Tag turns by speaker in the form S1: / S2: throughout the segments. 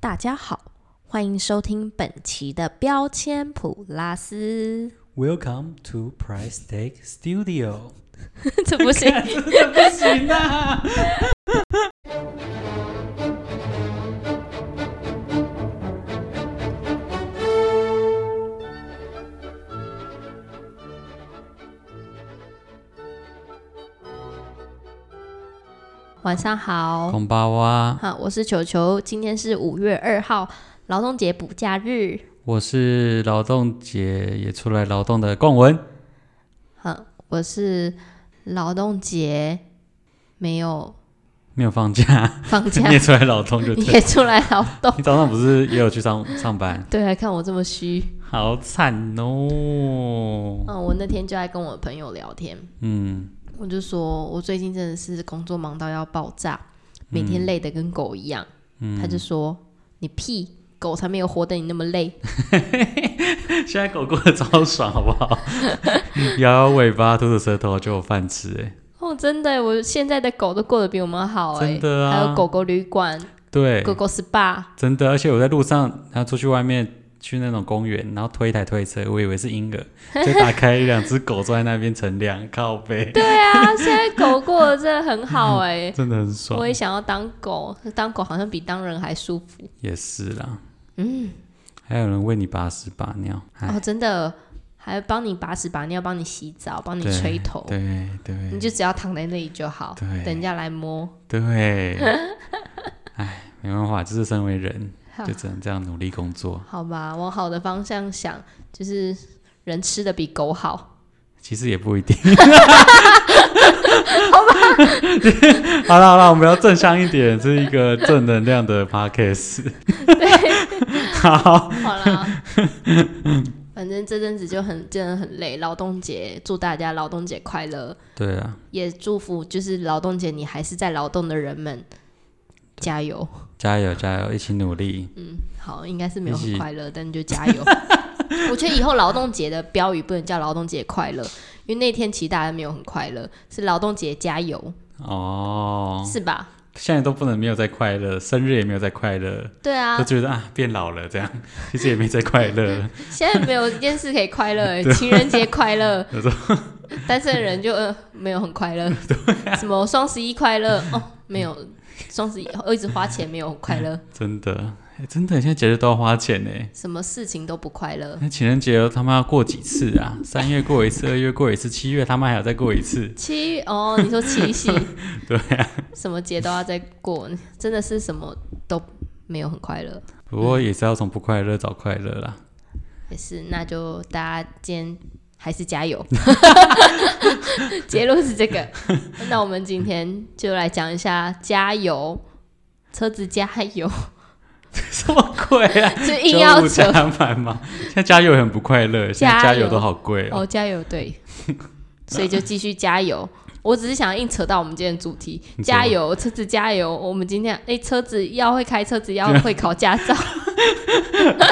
S1: 大家好，欢迎收听本期的标签普拉斯。
S2: Welcome to Price Tag Studio。
S1: 这不行，
S2: 真的不行啊！
S1: 晚上好，
S2: 空巴哇，
S1: 好，我是球球，今天是五月二号，劳动节补假日。
S2: 我是劳动节也出来劳动的冠文。
S1: 好，我是劳动节没有
S2: 没有放假，
S1: 放 假
S2: 你也，出来劳动就对。
S1: 也出来劳动。
S2: 你早上不是也有去上上班？
S1: 对啊，看我这么虚。
S2: 好惨哦。
S1: 嗯，我那天就在跟我朋友聊天，
S2: 嗯，
S1: 我就说我最近真的是工作忙到要爆炸，每
S2: 嗯
S1: 天累得跟狗一样。他就说：“你屁，狗才没有活得你那么累。
S2: 现在狗过得超爽，好不好？ 摇摇尾巴，吐吐舌头就有饭吃、欸，”
S1: 哦，真的耶，我现在的狗都过得比我们好哎
S2: 真，的啊
S1: 还有狗狗旅馆、
S2: 对，
S1: 狗狗 SPA，
S2: 真的，而且我在路上，然后出去外面去那种公园，然后推一台推车，我以为是婴儿， 就打开两只狗坐在那边乘凉，靠背，。
S1: 对啊，现在狗过得真的很好哎
S2: 真的很爽
S1: 我。也想要当狗，当狗好像比当人还舒服。
S2: 也是啦，
S1: 嗯，
S2: 还有人为你把屎把尿，哎
S1: 哦，真的，还帮你把屎把尿，帮你洗澡，帮你
S2: 对
S1: 吹头，
S2: 对对
S1: 你就只要躺在那里就好，
S2: 对
S1: 等人家来摸。
S2: 对，哎，没办法，就是身为人，就只能这样努力工作。
S1: 好吧，往好的方向想，就是人吃的比狗好。
S2: 其实也不一定。 好吧，好了好了，我们要正向一点，是一个正能量的 podcast。好，
S1: 好 啦，反正这阵子就很真的很累。劳动节，祝大家劳动节快乐，
S2: 对啊，
S1: 也祝福就是劳动节你还是在劳动的人们加油。
S2: 加油加油，一起努力。
S1: 嗯，好，应该是没有
S2: 一
S1: 很
S2: 起
S1: 快乐，但就加油。 我觉得以后劳动节的标语不能叫劳动节快乐，因为那天其实大家没有很快乐，是劳动节加油，
S2: 哦，
S1: 是吧？
S2: 现在都不能没有在快乐，生日也没有在快乐，
S1: 对啊
S2: 都，觉得啊变老了这样， 其实也没在快乐。
S1: 现在没有一件事可以快乐、 欸，情人节快乐
S2: 啊有时，
S1: 单身的人就呃没有很快 乐，
S2: 啊
S1: 什么双十一快乐哦，没有双十一一直花钱没有快乐，
S2: 真的，哎真的，现在节日都要花钱呢。
S1: 什么事情都不快乐。
S2: 那情人节他妈要过几次啊？三月过一次，二月过一次，七月他妈还要再过一次。
S1: 七哦，你说七夕
S2: 对啊，
S1: 什么节都要再过，真的是什么都没有很快乐。
S2: 不过也是要从不快乐找快乐啦。
S1: 也是，那就大家今天还是加 油。结论是这个，那我们今天就来讲一下加油，车子加 油，
S2: 什么鬼啊？
S1: 就硬要
S2: 九五
S1: 扯
S2: 加满嘛？现在加油也很不快乐，现在
S1: 加
S2: 加
S1: 油
S2: 油都好贵哦。
S1: 哦，加油，对，所以就继续加 油。我只是想硬扯到我们今天的主题，
S2: 你说
S1: 加油，车子加油。我们今天哎、车子要会开，车子要会考驾 照。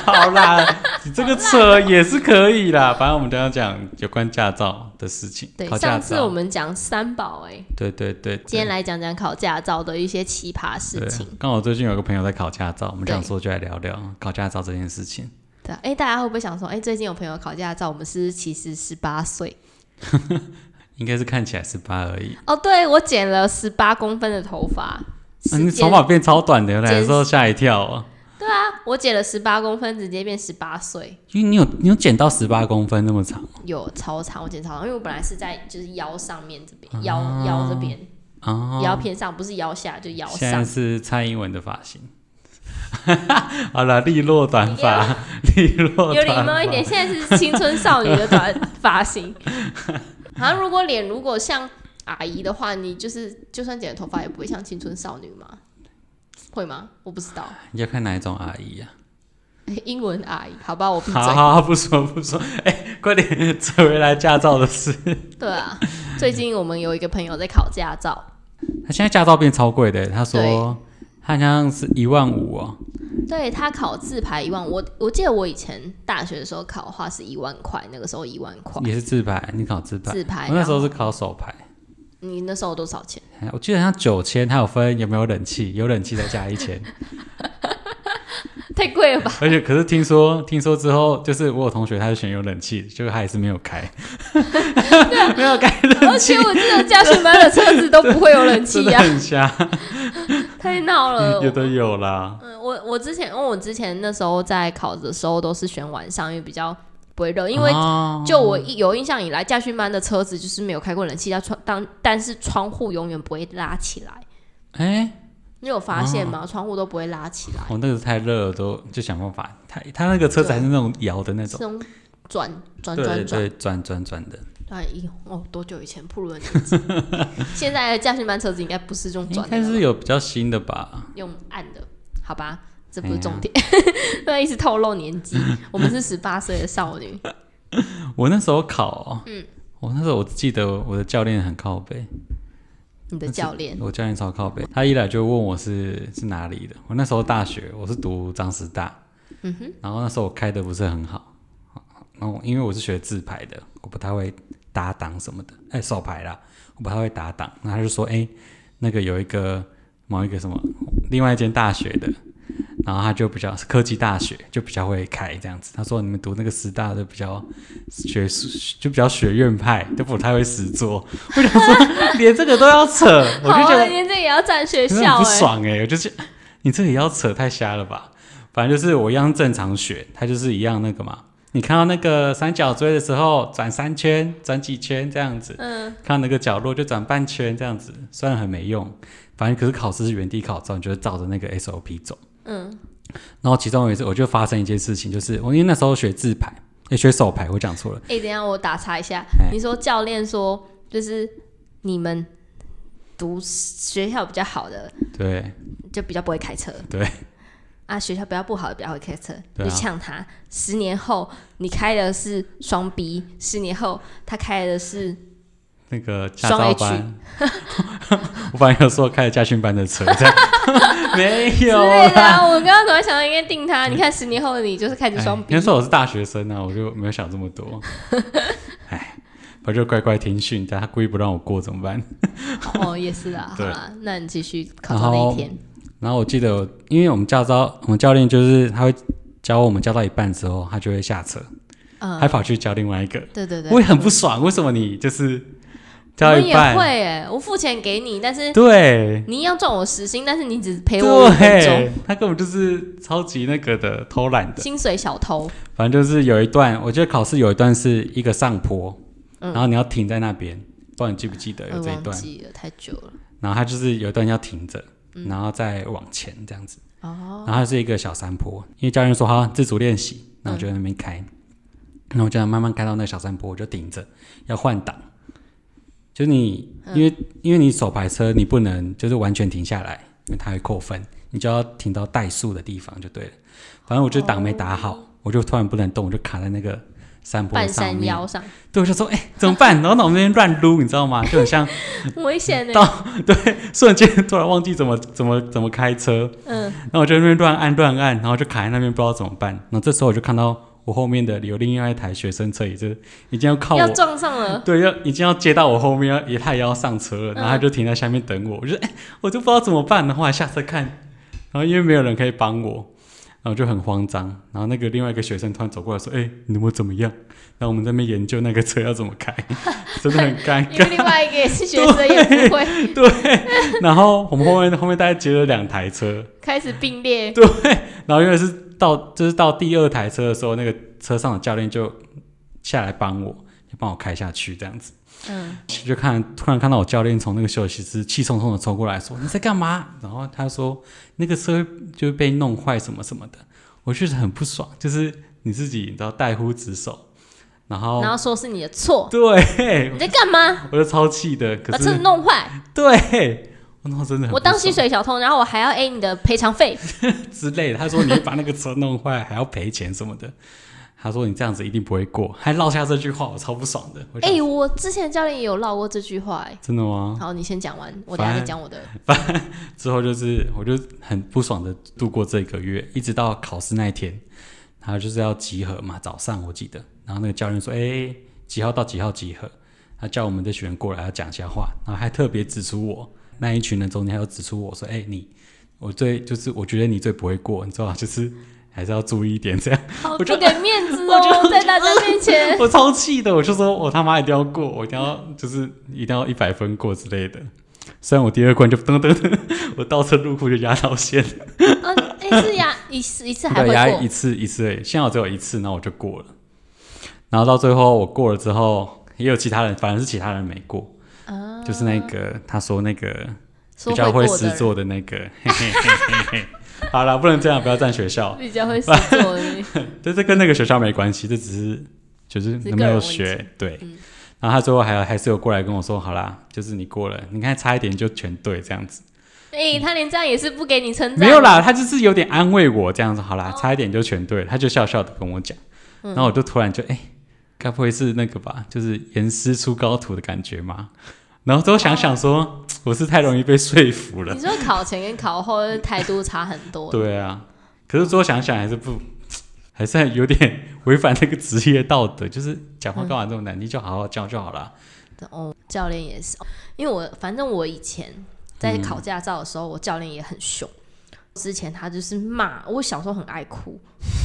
S2: 好 啦，你这个扯也是可以啦。反正我们都要讲有关驾照的事情。
S1: 对
S2: 考，驾
S1: 上次
S2: 照。
S1: 我们讲三宝、哎，
S2: 对对对，对
S1: 今天来讲讲考驾照的一些奇葩事
S2: 对
S1: 情。
S2: 刚好最近有个朋友在考驾照，我们
S1: 对
S2: 想说就来聊聊考驾照这件事情。
S1: 对啊，哎、大家会不会想说，哎、最近有朋友考驾照，我们是不是其实十八岁？
S2: 应该是看起来十八而已，
S1: 哦，对，我剪了十八公分的头发，
S2: 啊、
S1: 时
S2: 你
S1: 间
S2: 头发变超短的，有来
S1: 剪
S2: 的时候吓一跳、哦，
S1: 对啊，我剪了十八公分，直接变十八岁，
S2: 因为你有你有剪到十八公分那么长
S1: 有超长，我剪超长，因为我本来是在就是腰上面这边，腰、腰这边，
S2: 啊哦，
S1: 腰偏上，不是腰下，就腰
S2: 现
S1: 上
S2: 在。是蔡英文的发型。 好了，利落短发，利落
S1: 有
S2: 短
S1: 礼
S2: 发，
S1: 貌一点，现在是青春少女的短发 型。然后如果脸如果像阿姨的话，你就是就算剪了头发也不会像青春少女吗？会吗？我不知道。
S2: 你要看哪一种阿姨啊？
S1: 英文阿姨，好吧，我闭嘴。
S2: 好好好，不说不说，哎、快点扯回来驾照的事。
S1: 对啊，最近我们有一个朋友在考驾照，
S2: 他现在驾照变超贵的，他说他好像是一万五哦，
S1: 对他考自排一万，我我记得我以前大学的时候考的话是一万块，那个时候一万块
S2: 也是自排，你考自排，
S1: 自排。
S2: 我那时候
S1: 然后
S2: 是考手排，
S1: 你那时候多少钱？
S2: 我记得他九千，他有分有没有冷气，有冷气再加一千，
S1: 太贵了吧？
S2: 而且可是听说，听说之后，就是我有同学他是选有冷气，结果他也是没有 开， 没有开冷
S1: 而
S2: 气
S1: 且，我记得家训班的车子都不会有冷
S2: 真
S1: 气
S2: 的
S1: 啊，呃
S2: 很瞎，
S1: 太闹了。
S2: 有的有啦，
S1: 嗯，我我之前，因为我之前那时候在考的时候都是选晚上，因为比较不会热，因为
S2: 哦
S1: 就我一有印象以来，驾训班的车子就是没有开过冷气，它窗当但是窗户永远不会拉起来，
S2: 哎，
S1: 你有发现
S2: 哦
S1: 吗？窗户都不会拉起来，
S2: 我那个太热了，都就想办法，他他那个车子还是那种摇的那
S1: 这
S2: 种，
S1: 种转转
S2: 对对
S1: 转转，
S2: 对，转转转的，
S1: 哎呦哦，多久以前铺路的年纪？ 现在的驾训班车子应该不是用
S2: 应
S1: 转的
S2: 该
S1: 了吧，
S2: 是有比较新的吧？
S1: 用按的，好吧？这
S2: 哎
S1: 不是重点， 不要一直透露年纪，我们是十八岁的少女。
S2: 我那时候考，嗯，我那时候我记得我的教练很靠背，
S1: 你的教练
S2: 我教练超靠背，他一来就问我是是哪里的。我那时候大学我是读张师大，嗯哼，然后那时候我开的不是很好，然后因为我是学自排的，我不太会打档什么的，哎、手牌啦，我不太会打档。然后他就说，哎、那个有一个某一个什么另外一间大学的，然后他就比较是科技大学，就比较会开这样子。他说你们读那个师大的比较学术，就比较学院派，都不太会实做。我想说连这个都要扯，我
S1: 好
S2: 就觉
S1: 啊，
S2: 得
S1: 连这也要占学
S2: 真的很
S1: 校
S2: 不
S1: 哎、
S2: 爽哎、我就是你这个也要扯太瞎了吧？反正就是我一样正常学，它就是一样那个嘛。你看到那个三角锥的时候，转三圈，转几圈这样子；
S1: 嗯，
S2: 看到那个角落就转半圈这样子。虽然很没用，反正可是考试是原地考照，你就会照着那个 SOP 走。
S1: 嗯，
S2: 然后其中有一次，我就发生一件事情，就是我因为那时候学字牌，也学手牌，我讲错了。
S1: 哎、等一下我打岔一下
S2: 哎，
S1: 你说教练说就是你们读学校比较好的
S2: 对，
S1: 就比较不会开车，
S2: 对
S1: 啊，学校比较不好的比较会开车，
S2: 对
S1: 你
S2: 啊
S1: 就呛他。十年后你开的是双 B，十年后他开的是
S2: 那个驾
S1: 双
S2: 照
S1: H
S2: 班， 我本来有说开了驾训班的车，这样 没
S1: 之
S2: 有
S1: 类
S2: 啦
S1: 的、。啊。我刚刚突然想到应该定他，你看十年后的你就是开着双
S2: 哎
S1: B，
S2: 那时候我是大学生啊，我就没有想这么多。哎，我就乖乖听训，但他故意不让我过怎么办？
S1: 哦，也是啦，好
S2: 对
S1: 啦，那你继续考
S2: 然
S1: 到那
S2: 后
S1: 一天，
S2: 然后我记得我，因为我们教招，我们教练就是他会教我们教到一半之后，他就会下车，
S1: 嗯
S2: 还，跑去教另外一个。
S1: 对对对，
S2: 我也很不爽，为什么你就是教
S1: 我
S2: 到
S1: 也
S2: 一
S1: 会
S2: 半？
S1: 哎、我付钱给你，但是
S2: 对
S1: 你一样赚我时薪，但是你只赔我五分
S2: 对
S1: 钟，，
S2: 他根本就是超级那个的偷懒的。
S1: 薪水小偷。
S2: 反正就是有一段，我记得考试有一段是一个上坡，然后你要停在那边，不知道你记不记得
S1: 我
S2: 有这
S1: 嗯
S2: 一
S1: 哦忘
S2: 段？
S1: 记了，太久了。
S2: 然后它就是有一段要停着，然后再往前这样子。
S1: 嗯哦，嗯
S2: 然后它是一个小山坡，因为教练说好自主练习，那我就在那边开，然后我就这样慢慢开到那个小山坡，我就顶着要换挡。就是你，
S1: 嗯
S2: 因为、因为你手排车，你不能就是完全停下来，因为它会扣分，你就要停到怠速的地方就对了。反正我就挡没打好，我就突然不能动，我就卡在那个山
S1: 哦
S2: 坡
S1: 半
S2: 上
S1: 山
S2: 面。
S1: 腰上，
S2: 对，我就说哎、怎么办？然后脑那边乱撸，你知道吗？就很像
S1: 很危险呢、
S2: 到 瞬间突然忘记怎么怎么怎么开车，
S1: 嗯，
S2: 然后我就在那边乱按乱按，然后就卡在那边不知道怎么办。然后这时候我就看到我后面的有另外一台学生车，也就是已经要靠
S1: 要
S2: 我，
S1: 撞上了。
S2: 对，要已经要接到我后面，要也他也要上车
S1: 嗯
S2: 了，然后他就停在下面等我。我就哎、我就不知道怎么办，然后我还下车看，然后因为没有人可以帮我，然后就很慌张。然后那个另外一个学生突然走过来说：“哎、你能不能怎么样？”然后我们在那边研究那个车要怎么开， 真的很尴
S1: 因
S2: 尬
S1: 为。另外一个也是学生，也不会
S2: 然后我们后面后面大概接了两台车，
S1: 开始并列，
S2: 然后因为是到就是到第二台车的时候，那个车上的教练就下来帮我，就帮我开下去这样子。
S1: 嗯，
S2: 就看突然看到我教练从那个休息室气冲冲的冲过来说：“你在干嘛？”然后他说：“那个车就会被弄坏什么什么的。”我确实很不爽，就是你自己你知道带忽职守，然后
S1: 然后说是你的错，
S2: 对
S1: 你在干嘛？
S2: 我就超气的，
S1: 把
S2: 可
S1: 车子
S2: 是
S1: 弄坏，
S2: 对 我那时候真的很
S1: 我
S2: 不
S1: 当
S2: 爽
S1: 薪水小偷，然后我还要 A 你的赔偿费，
S2: 之类的。他说你会把那个车弄坏，还要赔钱什么的。他说你这样子一定不会过，还落下这句话，我超不啊爽的。我想
S1: 哎、我之前的教练也有唠过这句话、哎，
S2: 真的吗？
S1: 好，你先讲完，我等下再讲我的。
S2: 之后就是我就很不爽的度过这个月，一直到考试那一天，然后就是要集合嘛，早上我记得，然后那个教练说，哎、几号到几号集合，他叫我们这群人过来要讲一下话，然后还特别指出我那一群人中间还有指出我说，哎、你，我最就是我觉得你最不会过，你知道吗？就是。还是要注意一点这样。
S1: 好
S2: 我
S1: 不
S2: 就
S1: 给面子
S2: 我就。
S1: 哦，在大家面前
S2: 我超气的，我就说我他妈一定要过，我一定要就是一定要一百分过之类的。虽然我第二关就噔噔 噔，我倒车入库就压到线，
S1: 嗯，哎，是呀，一次一次还会
S2: 对，压一
S1: 过，
S2: 次一次而已，幸好只有一次，那我就过了。然后到最后我过了之后，也有其他人，反而是其他人没过，
S1: 啊
S2: 就是那个他说那个
S1: 说
S2: 比较
S1: 会
S2: 会
S1: 过的
S2: 诗
S1: 人，
S2: 作的那个， 嘿嘿嘿嘿嘿。好了，不能这样，不要占学校，
S1: 比较会诗作的那个
S2: 这这跟那个学校没关系，这只是就是
S1: 是
S2: 有
S1: 个
S2: 没
S1: 人
S2: 有
S1: 问题嗯
S2: 学对。然后他最后还还是有过来跟我说，好啦，就是你过了，你看差一点就全对这样子，
S1: 哎，他连这样也是不给你称赞，
S2: 没有，啦，他就是有点安慰我这样子，好啦，差一点就全对了，他就笑笑的跟我讲，
S1: 嗯
S2: 然后我就突然就哎，该不会是那个吧，就是严师出高徒的感觉吗？然后最后想想
S1: 啊
S2: 说，我是太容易被说服了
S1: 你，说考前跟考后的态度差很多，
S2: 对啊，可是最后想想还是不，还是有点违反那个职业道德，就是讲话干嘛这么难听，就好好教就好啦。
S1: 哦，教练也是，因为我反正我以前在考驾照的时候，我教练也很凶。之前他就是骂我，小时候很爱哭，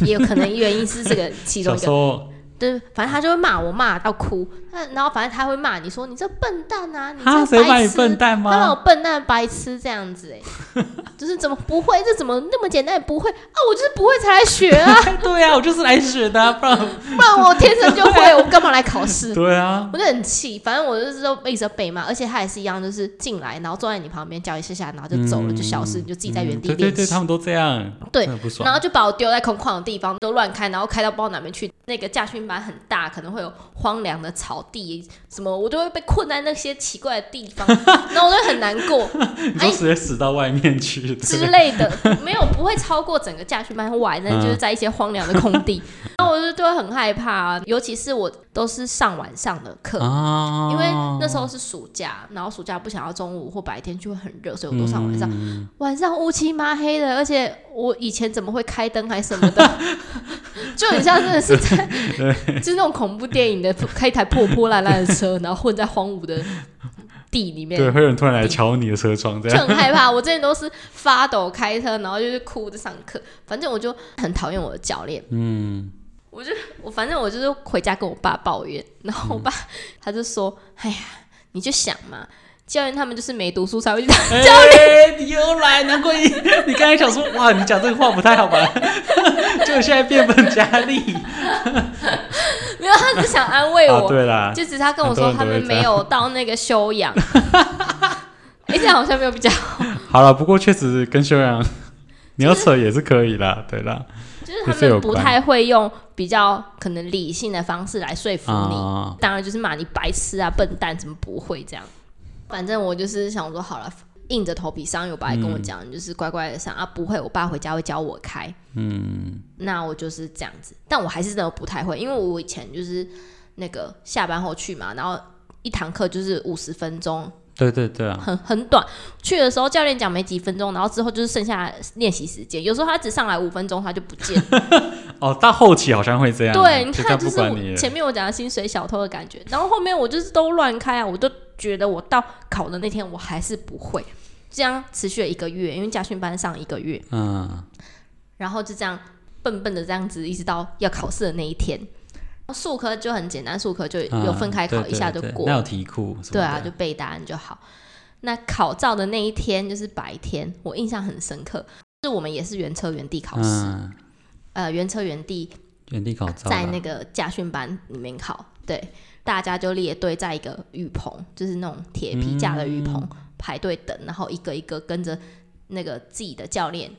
S1: 也有可能原因是这个其中
S2: 小
S1: 一
S2: 时
S1: 个。
S2: 候
S1: 对，反正他就会骂我，骂到哭。那然后反正他会骂你说你这笨蛋啊，你
S2: 哈，
S1: 这
S2: 谁骂
S1: 白
S2: 你
S1: 痴，
S2: 笨蛋
S1: 他骂我
S2: 吗？
S1: 笨蛋白痴这样子哎、就是怎么不会，这怎么那么简单也不会啊？我就是不会才来学啊，
S2: 对啊，我就是来学 的、啊，不然
S1: 不然我天生就会，我干嘛来考试？
S2: 对啊，
S1: 我就很气，反正我就是都一直都被骂，而且他也是一样，就是进来，然后坐在你旁边叫一下下，然后就走了，就消失，你就自己在原地
S2: 嗯对对
S1: 练
S2: 对，
S1: 习。
S2: 他们都这样，
S1: 对
S2: 真的不
S1: 然
S2: 爽。
S1: 后就把我丢在空旷的地方，都乱开，然后开到不知道哪边去。那个驾训班很大，可能会有荒凉的草地，什么我都会被困在那些奇怪的地 方，然后我就很难过
S2: 你
S1: 哎
S2: 就直接死到外面去，
S1: 之类的。没有，不会超过整个驾训班外，但就是在一些荒凉的空地， 然后我就就会很害怕、啊，尤其是我都是上晚上的课，
S2: 啊，
S1: 因为那时候是暑假，然后暑假不想要中午或白天去会很热，所以我都上晚上。
S2: 嗯
S1: 晚上乌漆麻黑的，而且我以前怎么会开灯还什么的， 就很像真的是 在， 就是那种恐怖电影的，开一台破破烂烂的车，然后混在荒芜的地里面
S2: 对，，会有人突然来敲你的车窗，这
S1: 就
S2: 样
S1: 很害怕。我之前都是发抖开车，然后就是哭着上课，反正我就很讨厌我的教练。嗯，我就我反正我就是回家跟我爸抱怨，然后我爸、
S2: 嗯
S1: 他就说：“哎呀，你就想嘛，教练他们就是没读书才会去打。
S2: 哎、你又来，难怪你你刚才想说，哇，你讲这个话不太好 吧？就现在变本加厉。”
S1: 没有，他只想安慰
S2: 啊，
S1: 我，
S2: 对啦，
S1: 就只是他跟我说
S2: 很多
S1: 他
S2: 人都
S1: 们
S2: 会这
S1: 没
S2: 样
S1: 有到那个修养。 哎、这样好像没有比较好，
S2: 好了，不过确实跟修 养，你要扯也是可以啦，对啦，
S1: 就是
S2: 也
S1: 他
S2: 是有
S1: 们不
S2: 关
S1: 太会用比较可能理性的方式来说服你。
S2: 啊，
S1: 当然就是骂你白痴啊、笨蛋，怎么不会这样？反正我就是想说，好了，硬着头皮上，因为我爸也跟我讲，你就是乖乖的上啊，不会，我爸回家会教我开。嗯，那我就是这样子，但我还是真的不太会，因为我以前就是那个下班后去嘛，然后一堂课就是五十分钟，
S2: 对对对啊，
S1: 很很短。去的时候教练讲没几分钟，然后之后就是剩下练习时间，有时候他只上来五分钟他就不见了
S2: 哦，到后期好像会这样，啊
S1: 对，你
S2: 就
S1: 看，
S2: 他
S1: 就
S2: 不
S1: 是
S2: 管你
S1: 我
S2: 了，
S1: 前面我讲的薪水小偷的感觉，然后后面我就是都乱开啊，我都觉得我到考的那天我还是不会，这样持续了一个月，因为家训班上一个月，
S2: 嗯，
S1: 然后就这样笨笨的这样子，一直到要考试的那一天。数科就很简单，数科就有分开考，
S2: 嗯对
S1: 一下就
S2: 对对
S1: 过。
S2: 那有题库什么的，
S1: 对啊，就背答案就好。那考照的那一天就是白天，我印象很深刻，就是我们也是原车原地考试，
S2: 嗯，
S1: 呃，原车原地
S2: 原地考照啦，
S1: 在那个驾训班里面考，对，大家就列队在一个雨棚，就是那种铁皮架的雨棚、
S2: 嗯
S1: 排队等，然后一个一个跟着那个自己的教练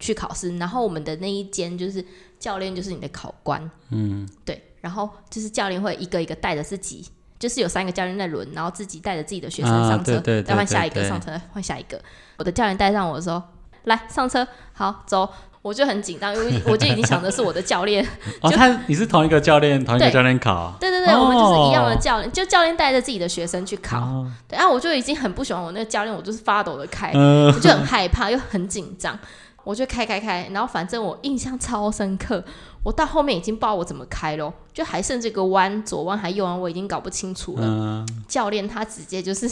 S1: 去考试，然后我们的那一间就是教练就是你的考官，嗯，对，然后就是教练会一个一个带着自己。就是有三个教练在轮，然后自己带着自己的学生
S2: 啊
S1: 上车，
S2: 对对对
S1: 再换下一
S2: 对
S1: 个
S2: 对
S1: 上车，换下一个。我的教练带上我的时候，来上车，好走，我就很紧张，因为我就已经想的是我的教练
S2: 哦，他你是同一个教练，同一个
S1: 对
S2: 教练考，
S1: 对对对，
S2: 哦
S1: 我们就是一样的教练，就教练带着自己的学生去考。
S2: 哦
S1: 对啊，我就已经很不喜欢我那个教练，我就是发抖的 开，
S2: 嗯，
S1: 我就很害怕又很紧张，我就开开开，然后反正我印象超深刻，我到后面已经不知道我怎么开咯，就还剩这个弯，左弯还右弯，我已经搞不清楚了。
S2: 嗯，
S1: 教练他直接就是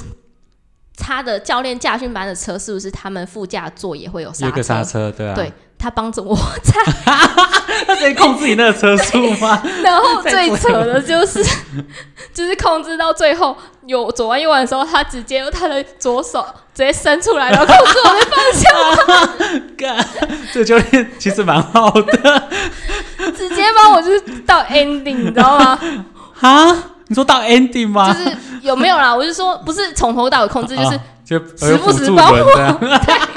S1: 他的教练驾训班的车是不是他们副驾座也会有刹
S2: 有一个刹
S1: 车？
S2: 车，对啊，
S1: 对，他帮着我踩。
S2: 他可以控制你那个车速吗？
S1: 然后最扯的就是 就是控制到最后有左弯右弯的时候，他直接用他的左手直接伸出来，然后控制我的方向，
S2: 干，这个教练其实蛮好的
S1: 直接帮我就是到 ending，你知道吗？
S2: 哈，你说到 ending 吗？
S1: 就是有没有啦？我是说，不是从头到尾控制，就是
S2: 啊就
S1: 时不时
S2: 有辅助
S1: 帮
S2: 轮这样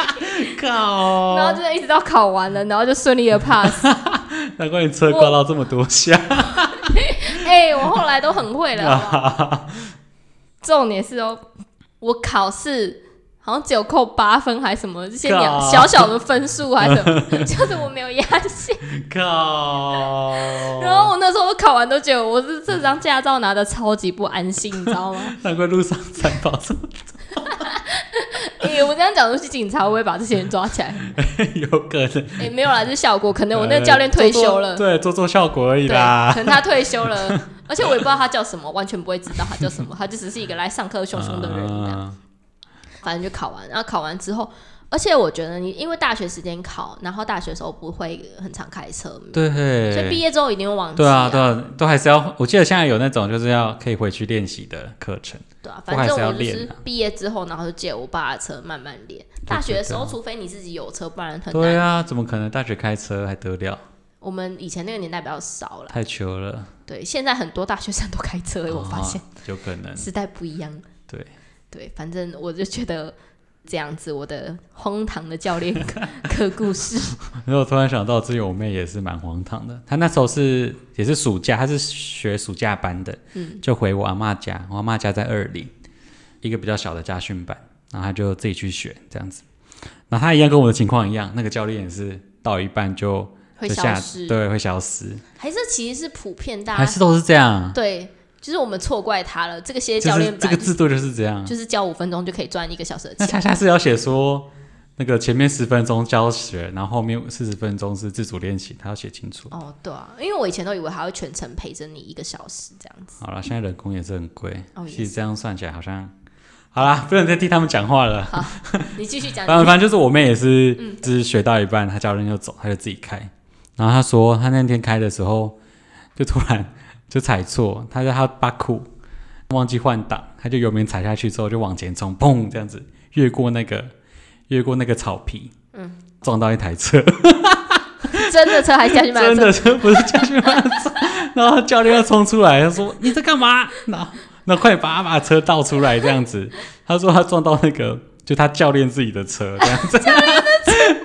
S2: 靠，
S1: 然后就一直到考完了，然后就顺利的 pass。
S2: 难怪你车刮到这么多下。
S1: 哎、我后来都很会了。
S2: 啊
S1: 好不好重点是哦，我考试好像只有扣八分还什么，这些鸟
S2: 靠
S1: 小小的分数还什么， 就是我没有压线。
S2: 靠！
S1: 然后我那时候考完都觉得我这这张驾照拿的超级不安心，你知道 吗？
S2: 难怪路上残暴这么
S1: 哎、我这样讲出去，警察会不会把这些人抓 起来？
S2: 有可能。
S1: 哎、没有啦，这是效果，可能我 那个教练退休了
S2: 呃做做。 对，做做效果而已
S1: 对，
S2: 啦。
S1: 可能他退休了，而且我也不知道他叫什么，完全不会知道他叫什么，他就只是一个来上课凶凶的人这样。
S2: 嗯
S1: 反正就考完，然后啊考完之后，而且我觉得你因为大学时间考，然后大学的时候不会很常开车，
S2: 对，
S1: 所以毕业之后一定会忘记、
S2: 对啊，对啊，都还是要。我记得现在有那种就是要可以回去练习的课程。
S1: 对啊，
S2: 不
S1: 反
S2: 过还是
S1: 正我
S2: 要
S1: 就
S2: 练
S1: 是
S2: 啊
S1: 毕业之后，然后就借我爸的车慢慢练。大学的时候，除非你自己有车，不然很
S2: 对
S1: 难。
S2: 啊，怎么可能大学开车还得了？
S1: 我们以前那个年代比较少啦，
S2: 太糗了。
S1: 对，现在很多大学生都开车、我发现
S2: 啊有可能。
S1: 时代不一样。
S2: 对
S1: 对，反正我就觉得这样子，我的荒唐的教练课故 事，
S2: 然后我突然想到，之前我妹也是蛮荒唐的。她那时候是也是暑假，她是学暑假班的，
S1: 嗯
S2: 就回我阿嬷家。我阿嬷家在二林，一个比较小的家训班，然后她就自己去学这样子。然后她一样跟我的情况一样，那个教练也是到一半就
S1: 会
S2: 就
S1: 消
S2: 下
S1: 失，
S2: 对，会消失，
S1: 还是其实是普遍大
S2: 还
S1: 家
S2: 是都是这样，
S1: 对，就是我们错怪他了。这个些
S2: 就
S1: 教
S2: 是
S1: 练
S2: 这
S1: 本
S2: 个嗯
S1: 来就是
S2: 制度就是这样。
S1: 就是教五分钟就可以赚一个小时的
S2: 那
S1: 钱。
S2: 他下次要写说。那个前面十分钟教学，然后后面四十分钟是自主练习，他要写清楚。
S1: 哦，对啊，因为我以前都以为他会全程陪着你一个小时这 样子。
S2: 好了，现在人工也是很贵，
S1: 哦也
S2: 其实这样算起来好像，好啦，不能再替他们讲话了。
S1: 你继续讲，
S2: 反正反正就是我妹也是，就是学到一半，她教练就走，她就自己开。然后她说，她那天开的时候，就突然就踩错，她在她巴库忘记换挡，她就油门踩下去之后就往前冲，砰这样子越过那个越过那个草皮，嗯，撞到一台车。
S1: 真的车还是下去买
S2: 真的是不是教训班长，然后教练要冲出来，他说你在干嘛？然后那快把把车倒出来这样子。他说他撞到那个就他教练自己的车这样 子，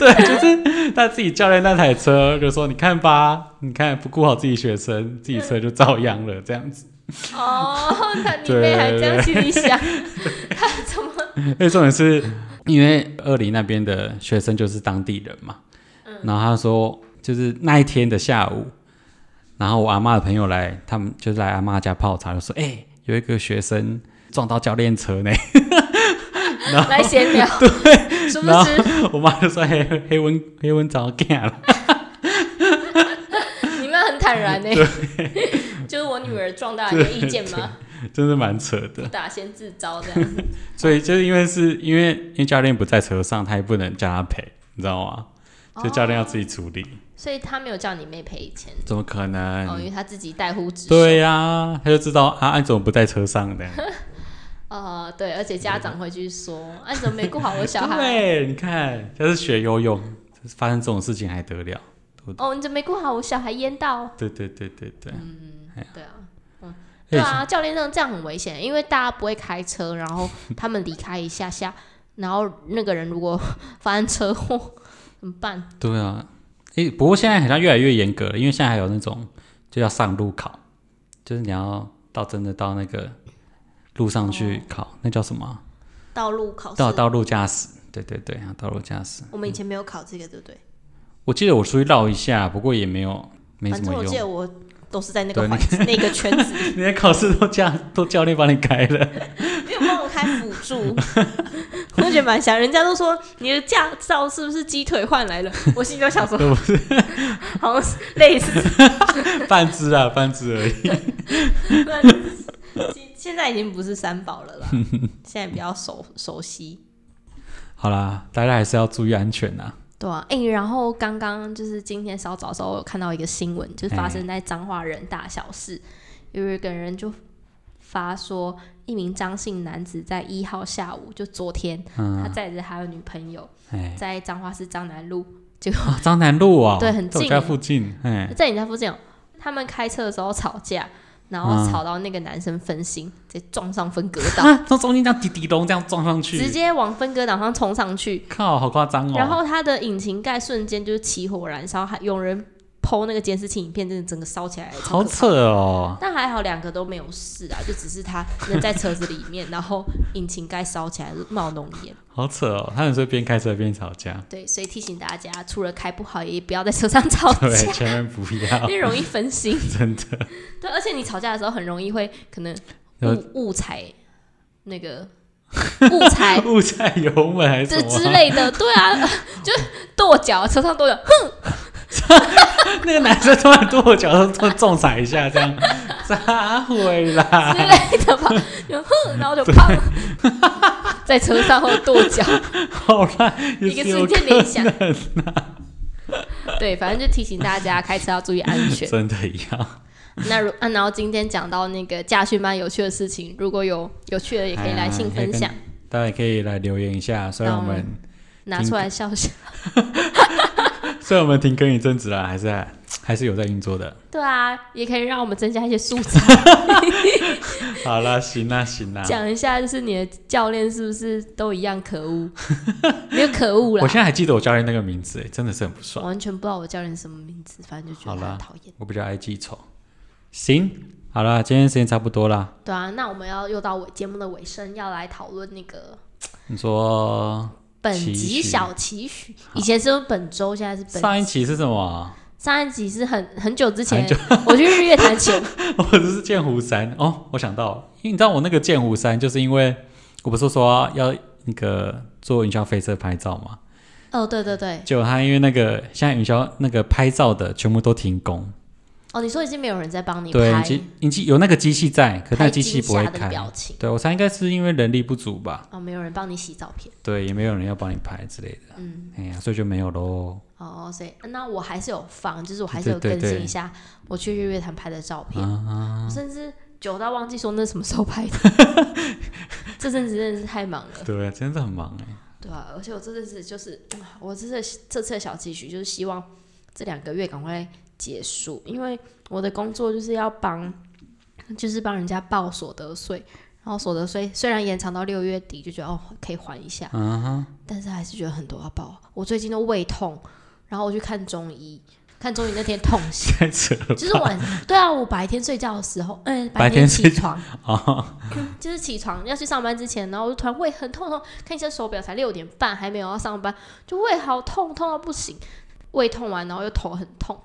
S2: 对，就是他自己教练那台车，就说你看吧，你看不顾好自己学生，自己车就遭殃了这样子。
S1: 哦，那你妹还这样心里 想，他怎么？
S2: 因为重点是因为二林那边的学生就是当地人嘛，然后他说就是那一天的下午，然后我阿妈的朋友来，他们就来阿妈家泡茶，就说：“哎、有一个学生撞到教练车呢。
S1: 来闲聊，对，殊不
S2: 然后
S1: 知”
S2: 我妈就说：“哎黑黑文黑文早干了。
S1: 你们很坦然呢，欸 就是我女儿撞到你的意见吗？”
S2: 真的蛮扯的
S1: 不。打先自招这样，
S2: 所以就是因为是因为因为教练不在车上，他也不能叫他赔，你知道吗？就教练要自己处理，
S1: 所以他没有叫你妹赔钱
S2: 怎么可能？
S1: 哦，因为他自己带呼职。
S2: 嗯对呀、他就知道啊，安总不在车上的。
S1: 呃，对，而且家长会去说，啊，你怎么没顾好我小孩？
S2: 对，你看，要是学游泳，发生这种事情还得了？
S1: 哦，你怎么没顾好我小孩淹到？
S2: 对对对对
S1: 对
S2: 对，
S1: 啊，
S2: 哎
S1: 对啊，教练那这样很危险，因为大家不会开车，然 后他们离开一下下，然后那个人如果 发生车祸怎么办？
S2: 对啊，诶、不过现在好像越来越严格了，因为现在还有那种就要上路考，就是你要到真的到那个路上去考，那叫什么啊？
S1: 道路考试
S2: 到，道路驾驶。对对对，道路驾驶。
S1: 我们以前没有考这个，对不对？
S2: 我记得我出去绕一下，不过也没有没
S1: 反
S2: 什
S1: 正
S2: 么
S1: 我记
S2: 用。
S1: 得我都是在那
S2: 对
S1: 个环 那个圈子里，
S2: 你连考试都教都教练帮你开了，
S1: 没有帮我开辅助，我就觉得蛮想。人家都说你的驾照是不是鸡腿换来了？我心里就想 说， 好像是类似
S2: 半只啊，半只而已。
S1: 乱鸡鸡 现在已经不是三宝 了啦，现在比较熟熟悉。
S2: 好啦，大家还是要注意安全呐、
S1: 对啊，哎、然后刚刚就是今天稍早的时候，我有看到一个新闻，就是发生在彰化人大小事，有一个人就发说，一名张姓男子在一号下午，就昨天，他
S2: 嗯，
S1: 载着他的女朋友
S2: 哎、
S1: 在彰化市彰南路，结果
S2: 啊， 张南路哦，
S1: 对很
S2: 在我
S1: 近
S2: 家
S1: 耶
S2: 附近，哎、
S1: 在你家附近哦，他们开车的时候吵架，然后
S2: 嗯
S1: 吵到那个男生分心，直接撞上分隔岛，
S2: 啊，从中间这样滴滴咚这样撞上去，
S1: 直接往分隔岛上冲上去，
S2: 靠，好夸张哦，
S1: 然后它的引擎盖瞬间就是起火燃烧，还有人剖那个监视器影片，真的整个烧起来，超
S2: 好
S1: 可怕。
S2: 扯哦，
S1: 但还好两个都没有事啊，就只是他人在车子里面，然后引擎盖烧起来冒浓烟。
S2: 好扯哦，他们说边开车边吵架，
S1: 对，所以提醒大家，除了开不好，也不要在车上吵
S2: 对，
S1: 架，
S2: 千万不要
S1: 因，为容易分 心。
S2: 真的，
S1: 对，而且你吵架的时候很容易会可能
S2: 呃
S1: 误误踩那个误 踩
S2: 误踩油门还是
S1: 这
S2: 什
S1: 之
S2: 么？
S1: 类的，对啊， 就是跺脚，车上跺脚，
S2: 那个男生突然跺我脚，然后重重踩一下，这样 砸毁啦，
S1: 之类的吧，就哼，然后就砰，在车上或跺 脚，
S2: 好烂，
S1: 一
S2: 也
S1: 个
S2: 是
S1: 瞬
S2: 有可啊
S1: 间联想。 对，反正就提醒大家开车要注意安 全。
S2: 真的要，
S1: 那如、啊、然后今天讲到那个驾训班有趣的事情，如果有有趣 的也可以来信分享
S2: 哎呀，，可以跟大家也可以来留言一下，虽然我们
S1: 拿出来笑 笑。
S2: 虽然我们停更一阵子了，还是还是有在运作的。
S1: 对啊，也可以让我们增加一些素材，
S2: 好啦，行啦，行啦。
S1: 讲一下就是你的教练是不是都一样可 恶？没有可恶
S2: 我
S1: 啦，
S2: 现在还记得我教练那个名字，哎，真的是很不
S1: 我
S2: 爽。
S1: 完全不知道我教练什么名字，反正就觉得
S2: 好
S1: 他
S2: 啦
S1: 很讨厌。
S2: 我比较爱记仇。行，好啦，今天时间差不多啦。
S1: 对啊，那我们要又到尾节目的尾声，要来讨论那个
S2: 你说
S1: 本
S2: 期
S1: 集
S2: 许
S1: 小期许。以前是本周，现在是本
S2: 上一期是什么？啊
S1: 上一集是很很久之前
S2: 很久，
S1: 我去日月潭前，
S2: 我只是剑湖山哦，我想到了，因为你知道我那个剑湖山，就是因为我不是说要那个做云霄飞车拍照嘛，
S1: 哦，对对对，
S2: 结果他因为那个现在云霄那个拍照的全部都停工，
S1: 哦，你说已经没有人在帮你
S2: 对，
S1: 拍
S2: 已经已经有那个机器在，可那
S1: 拍
S2: 个机器
S1: 惊
S2: 不会
S1: 吓的
S2: 开。
S1: 表情，
S2: 对我猜应该是因为人力不足吧，
S1: 哦，没有人帮你洗照片，
S2: 对，也没有人要帮你拍之类的，
S1: 嗯，
S2: 哎呀，所以就没有喽。
S1: 哦，所以那我还是有放，就是我还是有
S2: 对对
S1: 更新
S2: 对
S1: 一下我去日月潭拍的照片，
S2: 啊，
S1: 我甚至久到忘记说那是什么时候 拍的，这阵子真的是太忙了。
S2: 对，真的很忙 哎、
S1: 对啊，而且我这阵子就是， 我这次这次的小期许就是希望这两个月赶快结束，因为我的工作就是要帮，就是帮人家报所得税，然后所得税虽然延长到六月底，就觉得哦可以缓一下，
S2: 啊哈，
S1: 但是还是觉得很多要报。啊我最近都胃痛，然后我去看中医，看中医那天痛 醒，
S2: 太扯了
S1: 就是晚对啊，我 白天睡觉的时候，嗯，
S2: 白天
S1: 起
S2: 睡
S1: 床，
S2: 啊！
S1: 就是起床要去上班之前，然后我就突然胃很痛痛，看一下手表才六点半，还没有要上班，就胃好痛，痛到不行。胃痛完，然后又头很痛。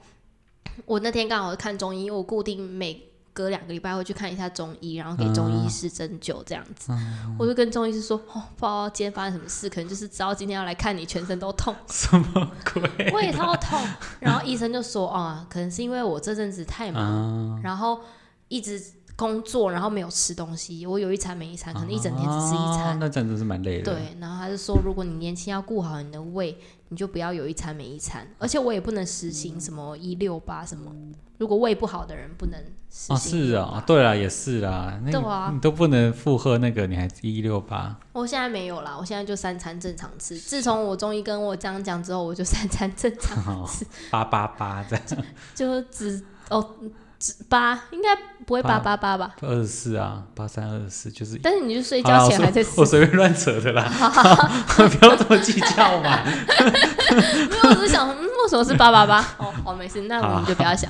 S1: 我那天刚好看中医，我固定每隔两个礼拜会去看一下中医，然后给中医师针灸这样子。我就跟中医师说，哦，不知道今天发生什么事，可能就是知道今天要来看你，全身都痛。
S2: 什么鬼
S1: 胃超痛。然后医生就说啊，可能是因为我这阵子太忙，
S2: 啊？
S1: 然后一直工作，然后没有吃东西，我有一餐没一餐，可能一整天只吃一
S2: 啊
S1: 餐。
S2: 那真的是蛮累的。
S1: 对，然后他就说，如果你年轻要顾好你的胃，你就不要有一餐没一
S2: 嗯
S1: 餐，而且我也不能实行什么一六八什么，如果胃不好的人不能实
S2: 哦，
S1: 行。
S2: 是啊，对啦，也是啦，那个
S1: 对啊
S2: 你都不能负荷那个，你还一六八，
S1: 我现在没有啦，我现在就三餐正常吃。自从我中医跟我这样讲之后，我就三餐正常
S2: 八八八这样，
S1: 就只哦只八，应该不会八
S2: 八
S1: 八八吧？
S2: 二十四啊，八三二十四就是。
S1: 但是你就睡
S2: 好啦
S1: 觉
S2: 我
S1: 前
S2: 随
S1: 还在吃
S2: 我，随便乱扯的啦， 不要这么计较嘛。
S1: 因为我只想，嗯，为什么是八八 八？哦，好，没事，
S2: 啊
S1: 那我们就不要想，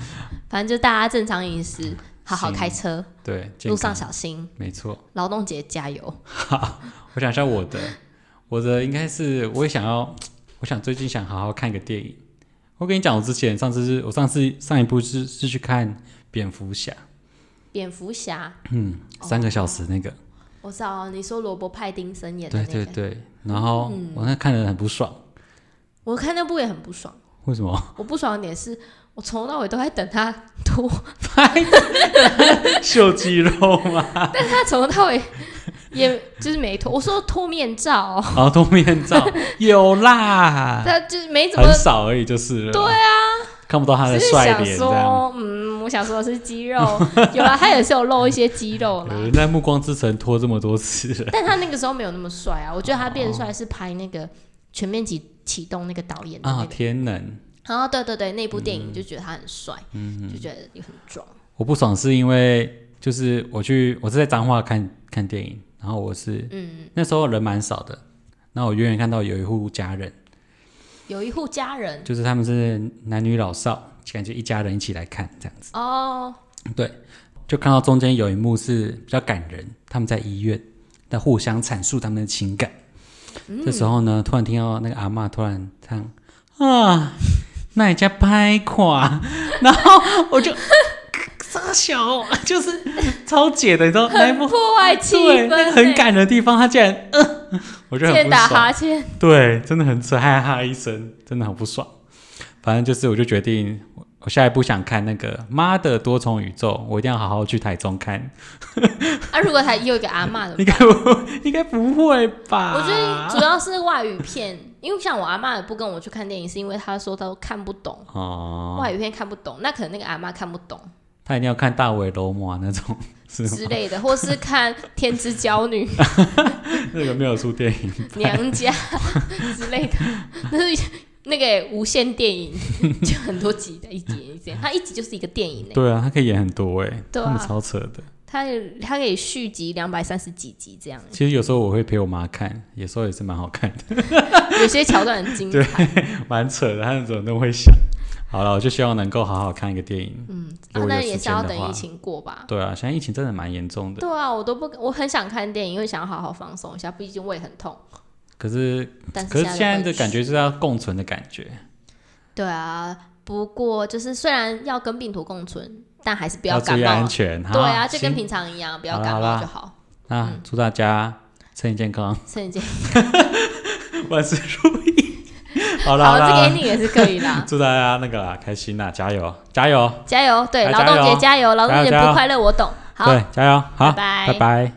S1: 反正就大家正常饮食，好好开车，
S2: 对，嗯健
S1: 路上
S2: 康
S1: 小心，
S2: 没错。
S1: 劳动节加油。
S2: 好，我想一下我的，我的应该是我也想要，我想最近想好好看个电影。我跟你讲，我之前上次是我上次上一部是是去看蝙蝠侠，
S1: 蝙蝠侠，
S2: 嗯，
S1: 哦
S2: 三个小时那个，
S1: 我知道你说罗伯派丁森演的
S2: 对
S1: 那个，
S2: 对对。然后
S1: 嗯
S2: 我那看的很不爽，
S1: 我看那部也很不爽。
S2: 为什么？
S1: 我不爽的点是，我从头到尾都在等他脱，
S2: 秀肌肉吗？
S1: 但他从头到尾也就是没脱。我说脱面罩、哦，
S2: 然后脱面罩有啦，
S1: 他就是没怎么
S2: 啊很。少而已就是了。
S1: 对
S2: 啊，看不到他的
S1: 只是
S2: 帅
S1: 想
S2: 脸这样。
S1: 说，嗯，我想说的是肌肉，有啦，他也是有露一些肌肉啦
S2: 有，人在《暮光之城》拖这么多次 了，
S1: 但他那个时候没有那么帅啊。我觉得他变
S2: 哦
S1: 帅是拍那个《全面启启动》那个导演的那
S2: 啊！
S1: 个，
S2: 天能，
S1: 然后对对对，那部电影就觉得他很帅，
S2: 嗯
S1: 就觉得很壮。
S2: 我不爽是因为就是我去我是在彰化看看电影，然后我是
S1: 嗯，
S2: 那时候人蛮少的，那我远远看到有一户家人，
S1: 有一户家人
S2: 就是他们是男女老少，感觉一家人一起来看这样子。
S1: 哦，
S2: 对，就看到中间有一幕是比较感人，他们在医院在互相阐述他们的情感。
S1: 嗯
S2: 这时候呢，突然听到那个阿嬷突然唱啊，那人家拍垮，然后我就傻小，就是超解的，你知道那一幕
S1: 破坏气
S2: 对
S1: 氛
S2: 那
S1: 欸，
S2: 个很感人的地方，他竟然嗯、我就很
S1: 欠
S2: 不
S1: 打
S2: 爽。
S1: 哈欠。
S2: 对，真的很扯，哈哈一声，真的好不爽。反正就是，我就决定，我我下一步想看那个《妈的多重宇宙》，我一定要好好去台中看。
S1: 啊，如果他有一个阿嬷的
S2: 应该不，应该不会吧？
S1: 我觉得主要是外语片，因为像我阿妈也不跟我去看电影，是因为她说她都看不懂、
S2: 哦，
S1: 外语片，看不懂。那可能那个阿妈看不懂
S2: 他一定要看大尾罗摩那种， 是吗
S1: 之类的，或是看《天之娇女》
S2: 那个没有出电影，
S1: 《娘家》之类的，那是那个无线电影，就很多集的一集一集，它一集就是一个电影呢。
S2: 对啊，他可以演很多哎、
S1: 对啊
S2: 他们超扯的。
S1: 它它可以续集两百三十几集这样，
S2: 其实有时候我会陪我妈看，有时候也是蛮好看的，
S1: 有些桥段很精
S2: 对
S1: 彩。
S2: 蛮扯的，他怎么都会想。好了，我就希望能够好好看一个电影。
S1: 嗯，啊
S2: 如果有
S1: 那也
S2: 时
S1: 是
S2: 间
S1: 要
S2: 的
S1: 等
S2: 话
S1: 疫情过吧。
S2: 对啊，现在疫情真的蛮严重的。
S1: 对啊，我都不，我很想看电影，因为想要好好放松一下，毕竟胃很痛。
S2: 可是，
S1: 但是
S2: 可是现在
S1: 又
S2: 的
S1: 很
S2: 感觉是要共存的感觉，
S1: 对啊，不过就是虽然要跟病毒共存，但还是不
S2: 要注
S1: 感
S2: 意安
S1: 冒。
S2: 全。
S1: 对啊，
S2: 好
S1: 就跟
S2: 行
S1: 平嗯常一样，不要
S2: 好啦
S1: 感
S2: 好
S1: 冒
S2: 啦
S1: 就好。
S2: 啊，祝大家身体健康，
S1: 趁机，
S2: 万事如意。好啦，
S1: 好，
S2: 好
S1: 这
S2: 啦
S1: 个 ending 也是可以啦。
S2: 祝大家那个啦，开心啦，加油，加油，
S1: 加油，对，
S2: 哎
S1: 劳
S2: 加
S1: 动
S2: 油
S1: 节加油，劳动
S2: 加油
S1: 节
S2: 加油
S1: 不快乐我懂。好，
S2: 对，加油，好，
S1: 拜拜
S2: 拜拜